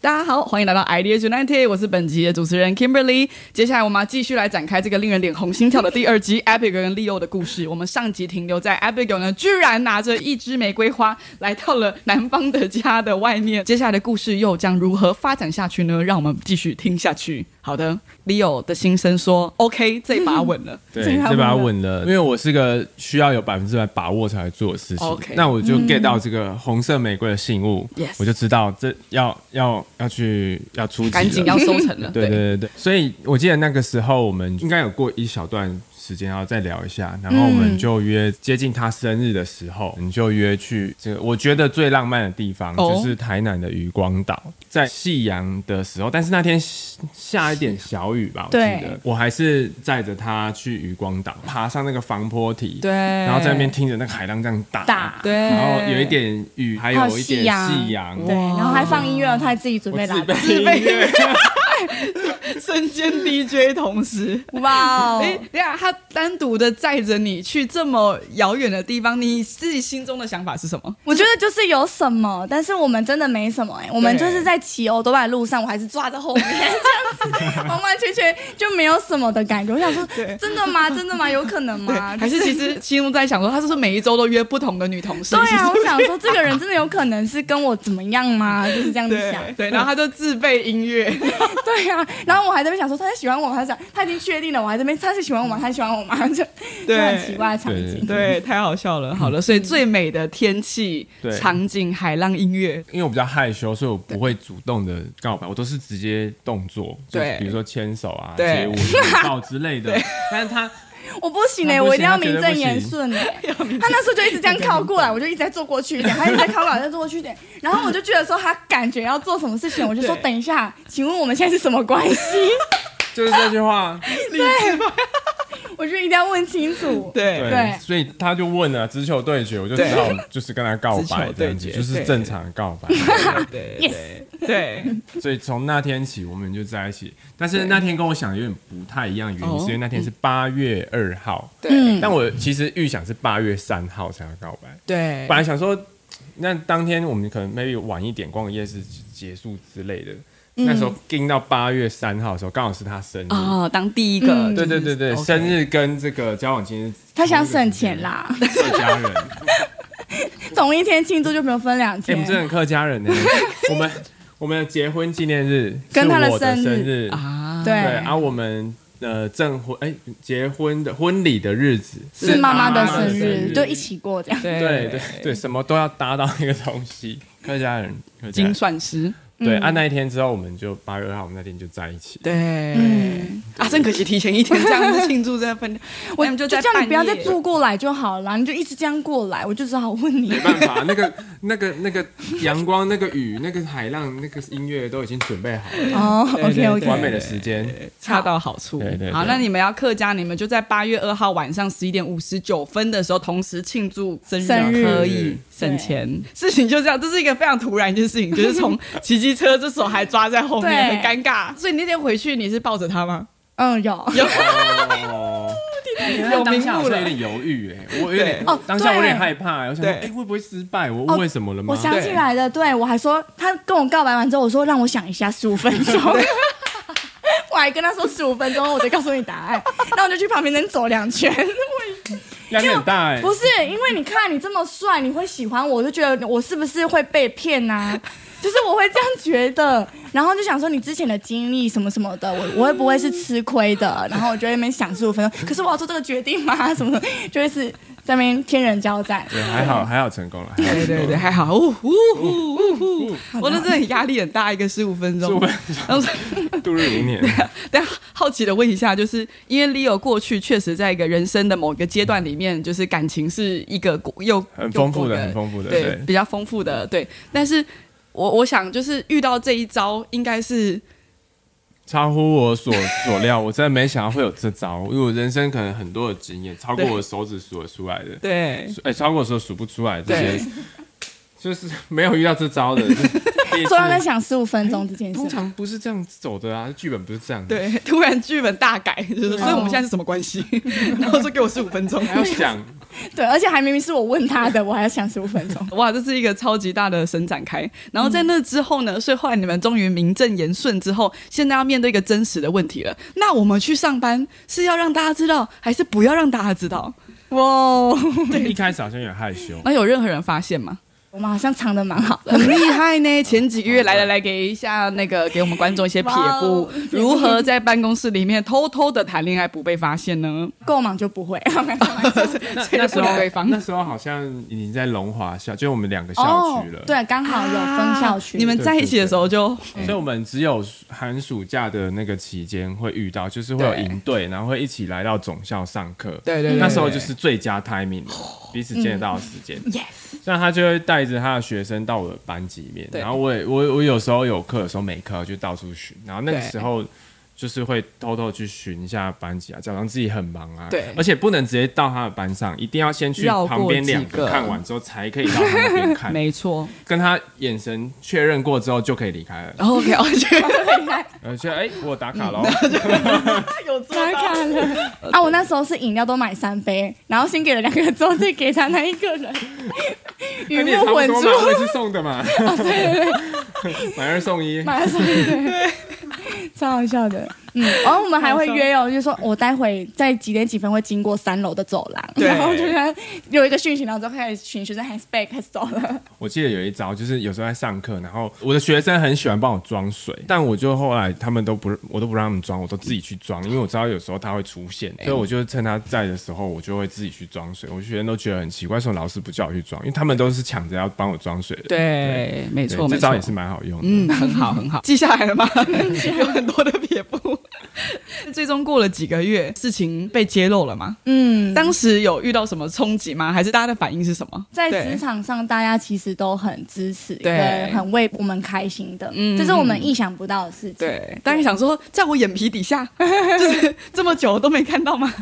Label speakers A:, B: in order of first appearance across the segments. A: 大家好，欢迎来到 Ideas United，我是本集的主持人 Kimberly。接下来我们要继续来展开这个令人脸红心跳的第二集 Abigail 跟 Leo 的故事。我们上集停留在 Abigail 呢，居然拿着一支玫瑰花来到了男方的家的外面。接下来的故事又将如何发展下去呢？让我们继续听下去。好的，Leo 的心声说：“OK，这把稳了。
B: 对，这把稳了，因为我是个需要有百分之百把握才会做的事情。
A: OK 嗯
B: 那我就 get 到这个红色玫瑰的信物，
A: Yes
B: 我就知道这要要要去要出击了，
A: 赶紧要收
C: 啊
A: 成了。
B: 对对对对，所以我记得那个时候我们应该有过一小段时间要再聊一下，然后我
C: 嗯
B: 们就约接近他生日的时候，我们就约去这个我觉得最浪漫的地方，
A: 哦
B: 就是台南的渔光岛，在夕阳的时候，但是那天下下一点小雨吧，我记
C: 对
B: 得我还是载着他去渔光岛，爬上那个防坡堤，
A: 对
B: 然后在那边听着那个海浪这样打，
C: 打
A: 对
B: 然后有一点雨，还
C: 还
B: 有
C: 有
B: 一点
C: 夕阳
B: 夕阳，
C: 对，然后还放音乐，他还自己准
B: 我
C: 备
B: 自
C: 来
B: 备 音乐。
A: 瞬间 DJ 同时。
C: 哇哦
A: 哎、！等一下他单独的载着你去这么遥远的地方，你自己心中的想法是什么？
C: 我觉得就是有什么，但是我们真的没什么哎、我们就是在骑欧多巴的路上，我还是抓着后面这样子，完完全全就没有什么的感觉。我想说，真的 吗？真的吗？有可能
A: 对，
C: 吗？
A: 还是其实心中在想说，他是不是每一周都约不同的女同事？
C: 对
A: 是
C: 啊，
A: 不是
C: 我想说这个人真的有可能是跟我怎么样吗？就是这样子想
A: 对。对，然后他就自备音乐，
C: 对啊，然后我还在那边想说，他是喜欢我吗？他想他已经确定了，我还在那边他是喜欢我吗？他喜欢我吗？ 就就很奇怪的场
B: 对对
C: 景
B: 对。
A: 对，太好笑了。好了，所以最美的天气、
B: 对
A: 场景、海浪、音乐，
B: 因为我比较害羞，所以我不会主动的告白，我都是直接动作，就是
A: 对
B: 比如说牵手啊、
A: 对
B: 接吻、拥抱之类的。 但是他
C: 我不行哎、
B: 他不行
C: 我一定要
B: 他绝
C: 名
B: 对
C: 正
B: 不
C: 言
B: 行
C: 顺哎、他那时候就一直这样靠过来，我就一直在坐过去一点，他一直在靠过来，再坐过去一点。然后我就觉得说他感觉要做什么事情，我就说
A: 对
C: 等一下，请问我们现在是什么关系？
B: 就是这句话，
C: 我就一定要问清楚。
A: 对
B: 对
C: 对，
B: 所以他就问了直球对决，我就知
A: 对
B: 道就是跟他告
A: 直球
B: 白这
A: 对
B: 样子，
A: 决
B: 就是
A: 对
B: 正常的 告白。
A: 对
C: Yes
A: 对对
B: 所以从那天起我们就在一起，但是那天跟我想的有点不太一样，原因是因为那天是八月二号，
A: 哦对
B: 但我其实预想是八月三号才要告白。
A: 对
B: 本来想说，那当天我们可能 maybe 晚一点逛个夜市结束之类的。
C: 嗯
B: 那时候定到八月三号的时候，刚好是他生日。
C: 哦
A: 啊，当第一个，
B: 对对对对，
A: OK
B: 生日跟这个交往期
C: 嗯他想省钱，啦，
B: 客家人。
C: 同一天庆祝就没有分两
B: 哎，我
C: 天。
B: 们真的很客家人呢。 我们我们的结婚纪念日
C: 跟他
B: 是
C: 的
B: 我的
C: 生日哦
B: 生日，
A: 啊，
C: 对
B: 对，啊，我们呃证婚哎结婚的婚礼的日子
C: 是妈妈的生
B: 生
C: 日，就一。起过这样。
A: 对
B: 对对对，什么都要搭到一个东西，客家人，客家人
A: 精算师。
B: 对，啊，那一天之后，我们就八月二号，我们那天就在一起。
A: 对，啊，真可惜，提前一天这样子庆祝这份，
C: 我
A: 那你
C: 就
A: 哎就
C: 叫
A: 在
C: 你不要再
A: 半夜
C: 坐过来就好了，你就一直这样过来，我就只好问你。
B: 没办法，那个、那个、那个阳光、那个雨、那个海浪、那个音乐都已经准备好了，
C: 哦
A: 对对
C: ，OK
A: 对
B: 完
C: OK，
B: 美的时间。
A: 恰到好处。
B: 对对对
A: 好，那你们要客家，你们就在八月二号晚上十一点五十九分的时候同时庆祝生日，
C: 生日
A: 可以省钱。事情就这样，这是一个非常突然一件事情，就是从骑机车这手还抓在后面，很
C: 对
A: 尴尬。所以你那天回去你是抱着他吗？
C: 嗯，有。
A: 有
B: 哦，
A: 有
B: 当
A: 名
B: 下
A: 目
B: 我是有
A: 了。
B: 点犹豫哎、我有点
A: 对
C: 哦
B: 当下我有点
C: 对
B: 害怕、我想说，
A: 对
B: 哎、会不会失败？我误会什么了吗？
C: 我想起来了，对我还说他跟我告白完之后，我说让我想一下十五分 钟， 我还跟他说十五分钟，我再告诉你答案。然后我就去旁边先走两圈，
B: 压力很大哎、
C: 不是因为你看你这么帅，你会喜欢我，我就觉得我是不是会被骗呐、就是我会这样觉得，然后就想说你之前的经历什么什么的，我我会不会是吃亏的？然后我就在那边想十五分钟，可是我要做这个决定吗？什么的，就会是在那边天人交战。
B: 对，还好还好成功了，还好
A: 对对对，还好，呜呼呜呼呜呼，我那真的压力很大，一个十五分钟，
B: 15分
A: 然后
B: 度日如年。
A: 但好奇的问一下，就是因为 Leo 过去确实在一个人生的某个阶段里面，就是感情是一个过又
B: 很丰富的
A: 又过
B: 很丰富的
A: 对，
B: 对
A: 比较丰富的，对。但是我我想，就是遇到这一招，应该是
B: 超乎我所所料，我真的没想到会有这招，因为我人生可能很多的经验超过我手指数得出来的，
A: 对
B: 哎、超过我手数不出来这
A: 对
B: 些，就是没有遇到 这招的。就是第一次
C: 所以我在想十五分钟这件事
B: 通。常不是这样子走的啊，剧本不是这样，，
A: 对，突然剧本大改，就是、
C: 嗯
B: 哦
A: 所以我们现在是什么关系？然后说给我十五分钟，
B: 还要想，
C: 对，而且还明明是我问他的，我还要想十五分钟。
A: 哇，这是一个超级大的伸展开。然后在那之后呢，所以后来你们终于名正言顺之后，现在要面对一个真实的问题了。那我们去上班是要让大家知道，还是不要让大家知道？哦
C: 哇，
B: 一开始好像有点害羞，
A: 那有任何人发现吗？
C: 我们好像藏的蛮好的。
A: 很厉害呢！前几个月来来来，给一下那个给我们观众一些撇
C: 哇
A: 步
C: 哦，
A: 如何在办公室里面偷偷的谈恋爱不被发现 呢？
C: 够忙 就不会。
A: 谁都不理对方
B: 那时候好像已经在龙华校，就我们两个校
C: 哦
B: 区了。，啊
C: 对，刚好有分校区。
A: 你们在一起的时候就
B: 所以我们只有寒暑假的那个期间会遇到，就是会有
A: 对
B: 营队，然后会一起来到总校上课。
A: 对对对哦
B: 那时候就是最佳 timing，了彼此见得到的时间。
A: 嗯
C: yes，
B: 那他就会带着他的学生到我的班级里面，
A: 对
B: 然后我也我我有时候有课的时候没课就到处巡，然后那个时候就是会偷偷去巡一下班级啊，假装自己很忙啊，
A: 对
B: 而且不能直接到他的班上，一定要先去
A: 绕过
B: 旁边两
A: 几个
B: 个看完之后才可以到他那边 看，
A: 没错。
B: 跟他眼神确认过之后就可以离开了，
A: 哦 OK，我 觉得
B: 而且哎我有打卡喽，
A: 嗯有做
C: 打卡了啊！我那时候是饮料都买三杯，然后先给了两个，之后再给他那一个人，鱼
B: 哎那你也差
C: 目
B: 不
C: 混珠
B: 多。嘛，我也是送 的嘛，对对 对，买二送一，
C: 马上对，超好笑的。嗯，然后我们还会约哦，就是说我待会在几点几分会经过三楼的走廊，
A: 对
C: 然后就是有一个讯息，然后就开始群学生 hands back 开始走了。
B: 我记得有一招，就是有时候在上课，然后我的学生很喜欢帮我装水，但我就后来他们都不，我都不让他们装，我都自己去装，因为我知道有时候他会出现，所以我就趁他在的时候，我就会自己去装水。我学生都觉得很奇怪，说老师不叫我去装，因为他们都是抢着要帮我装水的。
A: 对，没
B: 对，
A: 错，
B: 这
A: 没
B: 招
A: 错
B: 也。是蛮好用的。
A: 嗯，很好，很好，记下来 了吗？有很多的撇步。 最终过了几个月，事情被揭露了吗？
C: 嗯，
A: 当时有遇到什么冲击吗？还是大家的反应是什么？
C: 在
A: 对
C: 职场上，大家其实都很支持，
A: 对
C: 跟很为我们开心的，
A: 嗯
C: 这是我们意想不到的事情。
A: 对，大家想说，在我眼皮底下， 就是这么久都没看到吗？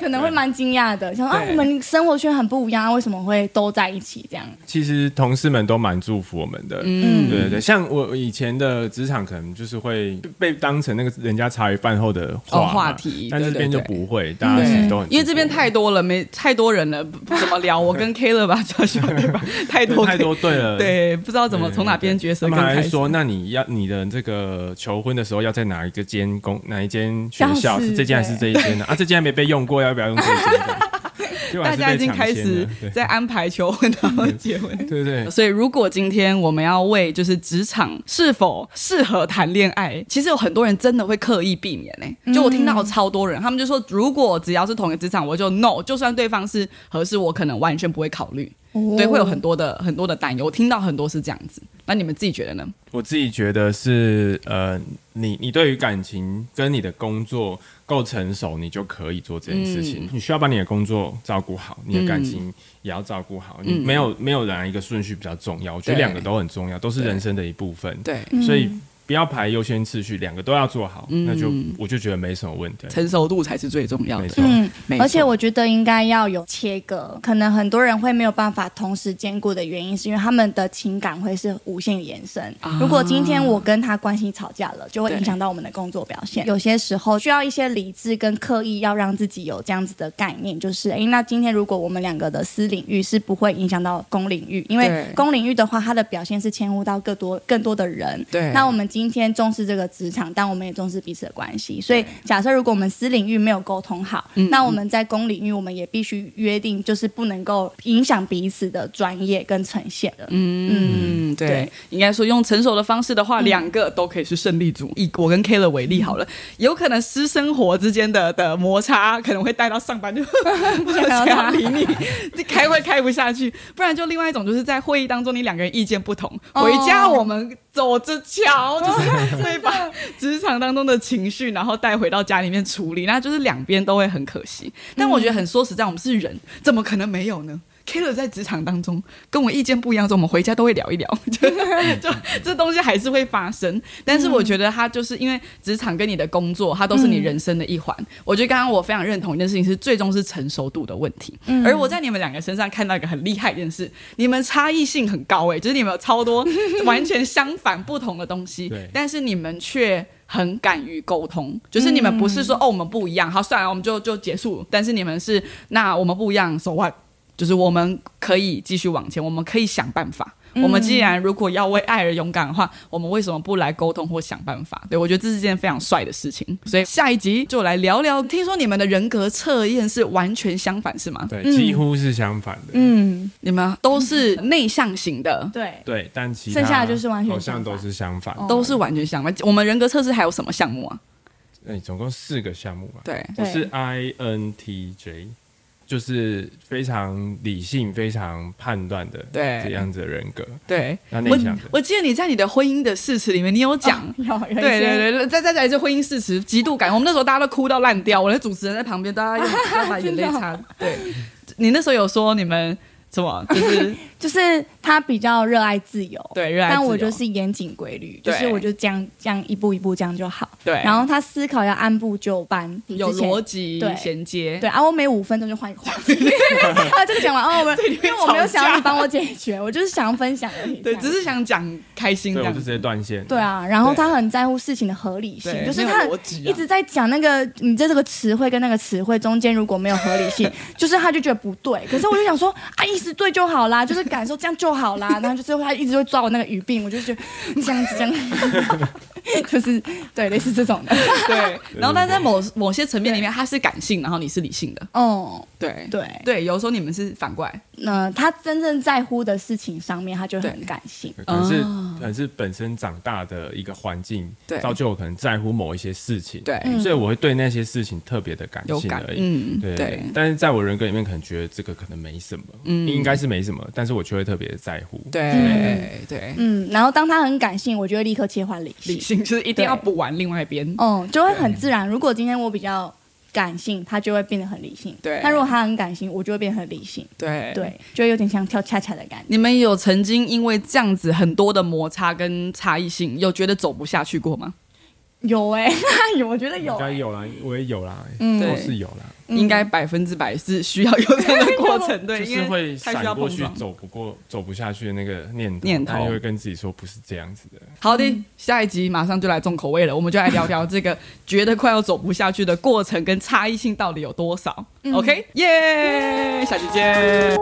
C: 可能会蛮惊讶的，想说啊，
A: 对
C: 我们生活圈很不一样，啊为什么会都在一起这样？
B: 其实同事们都蛮祝福我们的。
A: 嗯
B: 嗯，对对对，像我以前的职场可能就是会被当成那个人家茶余饭后的话,、
A: 哦话题
B: 但这
A: 对对
B: 边就
A: 对
B: 不会，大家其实都很祝福我们，
A: 因为这边太多了，没太多人了，不不怎么聊。我跟 K 了吧，叫小对 吧，太
B: 对
A: 多
B: 太多对了，
A: 对，不知道怎么从哪边角色
B: 他
A: 更
B: 们还
A: 开始。
B: 说，那你要你的这个求婚的时候要在哪一个间公哪一间学校？
C: 教室
B: 是这间还是这一间呢？啊，这间还没被用过，要不要用这一间的？ 结果还
A: 大
B: 是
A: 家
B: 被
A: 已经
B: 抢
A: 开
B: 先
A: 始
B: 了对嗯
A: 在安排求婚，然后结婚。
B: 对对 对
A: 所以，如果今天我们要为就是职场是否适合谈恋爱，其实有很多人真的会刻意避免呢、欸就我听到有超多人，他们就说，如果只要是同一个职场，我就 no，就算对方是合适，我可能完全不会考虑。
C: 哦
A: 对，会有很多的很多的担忧，我听到很多是这样子。那你们自己觉得呢？
B: 我自己觉得是呃，你你对于感情跟你的工作够成熟，你就可以做这件事
A: 嗯
B: 情。你需要把你的工作照顾好，你的感情也要照顾好。你没有没有哪一个顺序比较重要？我觉得
A: 嗯对
B: 两个都很重要，都是人生的一部分。
A: 对，
B: 所以不要排优先次序，两个都要做好，那就我就觉得没什么问题。
A: 成熟度才是最重要
B: 没
A: 的。
B: 错，
C: 嗯
A: 没，错
C: 而且我觉得应该要有切割，可能很多人会没有办法同时兼顾的原因，是因为他们的情感会是无限延伸。如果今天我跟他关系吵架了，就会
A: 啊对
C: 影响到我们的工作表现。有些时候需要一些理智跟刻意，要让自己有这样子的概念，就是诶，那今天如果我们两个的私领域是不会影响到公领域，因为
A: 对
C: 公领域的话，它的表现是牵乎到更多更多的人。
A: 对
C: 那我们今天重视这个职场，但我们也重视彼此的关系。所以，假设如果我们私领域没有沟通好，
A: 嗯
C: 那我们在公领域，我们也必须约定，就是不能够影响彼此的专业跟呈现的。嗯
A: 嗯，对，
C: 对嗯
A: 应该说用成熟的方式的话，两个都可以是胜利组。以我跟 K 了为例好了，有可能私生活之间的的摩擦，可能会带到上班就 不想
C: 到
A: 谁要
C: 他
A: 理你， 你开会开不下去。不然就另外一种，就是在会议当中你两个人意见不同，
C: 哦
A: 回家我们走着瞧， 就是会把职场当中的情绪，然后带回到家里面处理，那就是两边都会很可惜。但我觉得
C: 嗯
A: 很说实在，我们是人，怎么可能没有呢 k i l l e r 在职场当中跟我意见不一样的时候，我们回家都会聊一 聊，就就这东西还是会发生。但是我觉得它就是因为职场跟你的工作，它都是你人生的一环。我觉得刚刚我非常认同一件事情是，最终是成熟度的问题。而我在你们两个身上看到一个很厉害一件事，你们差异性很高诶、欸就是你们有超多完全相反不同的东西
B: 对，
A: 但是你们却。很敢于沟通，就是你们不是说、哦我们不一样，好算了我们就就结束。但是你们是那我们不一样，手腕就是我们可以继续往前，我们可以想办法。
B: 嗯
A: 我们既然如果要为爱而勇敢的话，我们为什么不来沟通或想办法？对我觉得这是件非常帅的事情。所以下一集就来聊聊，听说你们的人格测验是完全相反，是吗？
B: 对，几乎是相反的。
C: 嗯，
A: 你们都是内向型的，
C: 对，
B: 对，但其
C: 剩下
B: 他
C: 的就是完全
B: 好像
C: 相反
B: 都是相反的。
A: 都是完全相反。我们人格测试还有什么项目啊？
B: 哎、总共四个项目吧。
A: 对，
B: 我是
C: 对
B: INTJ，就是非常理性、非常判断的
A: 对
B: 这样子的人格。
A: 对，
B: 那内
A: 我
B: 向的，啊
A: 我记得你在你的婚姻的誓词里面，你有讲。
C: 有有一些
A: 对对对，再再来这婚姻事实，极度感。我们那时候大家都哭到烂掉，我的主持人在旁边，大 家用大家把眼泪
C: 哦
A: 擦。对，你那时候有说你们什 么，就是
C: 就是他比较热爱自由，
A: 对热爱自由
C: 但我就是严谨规律，
A: 对
C: 就是我就这样这样一步一步这样就好。
A: 对
C: 然后他思考要按部就班，比
A: 有
C: 之前
A: 逻辑
C: 对
A: 衔接。
C: 对啊，我每五分钟就换一个话 题。啊，这个讲完哦，我们因为我没有想要你帮我解决，我就是想要分享而已。
A: 对，
C: 这
A: 只
C: 样
A: 是想讲开心这
B: 对，我
A: 样
B: 就直
A: 子。
B: 接断线。
C: 对啊。然后
A: 对
C: 他很在乎事情的合理性，
A: 对
C: 就是
A: 没有
C: 他
A: 逻辑啊
C: 一直在讲那个你在这个词汇跟那个词汇中间如果没有合 理性，就是他就觉得不对。可是我就想说啊，意思对就好啦，就是感受这样就好啦。然后就是他一直会抓我那个语病，我就觉得你这样子这样， 就是对类似这种的。
A: 对，然后但在某某些层面里面，他是感性，然后你是理性的。
C: 哦，
A: 对
C: 对
A: 对，有时候你们是反过来。
C: 那、他真正在乎的事情上面，他就很
A: 对
C: 感性。
B: 可能是、
A: 哦
B: 可能是本身长大的一个环境
A: 对，
B: 造就我可能在乎某一些事情，
A: 对
B: 所以我会对那些事情特别的感
A: 有
B: 性
A: 感
B: 而已。
A: 嗯
B: 对
A: 对嗯
B: 但是在我人格里面，可能觉得这个可能没什么，应该是没什么，但是我却会特别在乎。
A: 对对，
C: 嗯，然后当他很感性，我就会立刻切换理性。
A: 理性就是一定要补完另外一边。
C: 嗯，就会很自然。如果今天我比较感性，他就会变得很理性。
A: 对
C: 但如果他很感性，我就会变得很理性。
A: 对
C: 对，就会有点像跳恰恰的感觉。
A: 你们有曾经因为这样子很多的摩擦跟差异性，有觉得走不下去过吗？
C: 有哎、有， 我觉得有
B: 应。该有啦，我也有啦，
C: 嗯
B: 都
A: 对
B: 是有啦，
A: 应该百分之百是需要有这样的过 程，对，
B: 就是
A: 因为
B: 会
A: 太需
B: 闪
A: 要
B: 过
A: 碰
B: 去
A: 撞。
B: 走不过、走不下去的那个念头，
A: 念头
B: 但又会跟自己说不是这样子的。
A: 好的，
B: 嗯
A: 下一集马上就来重口味了，我们就来聊聊这个觉得快要走不下去的过程跟差异性到底有多少。OK，耶，下期见。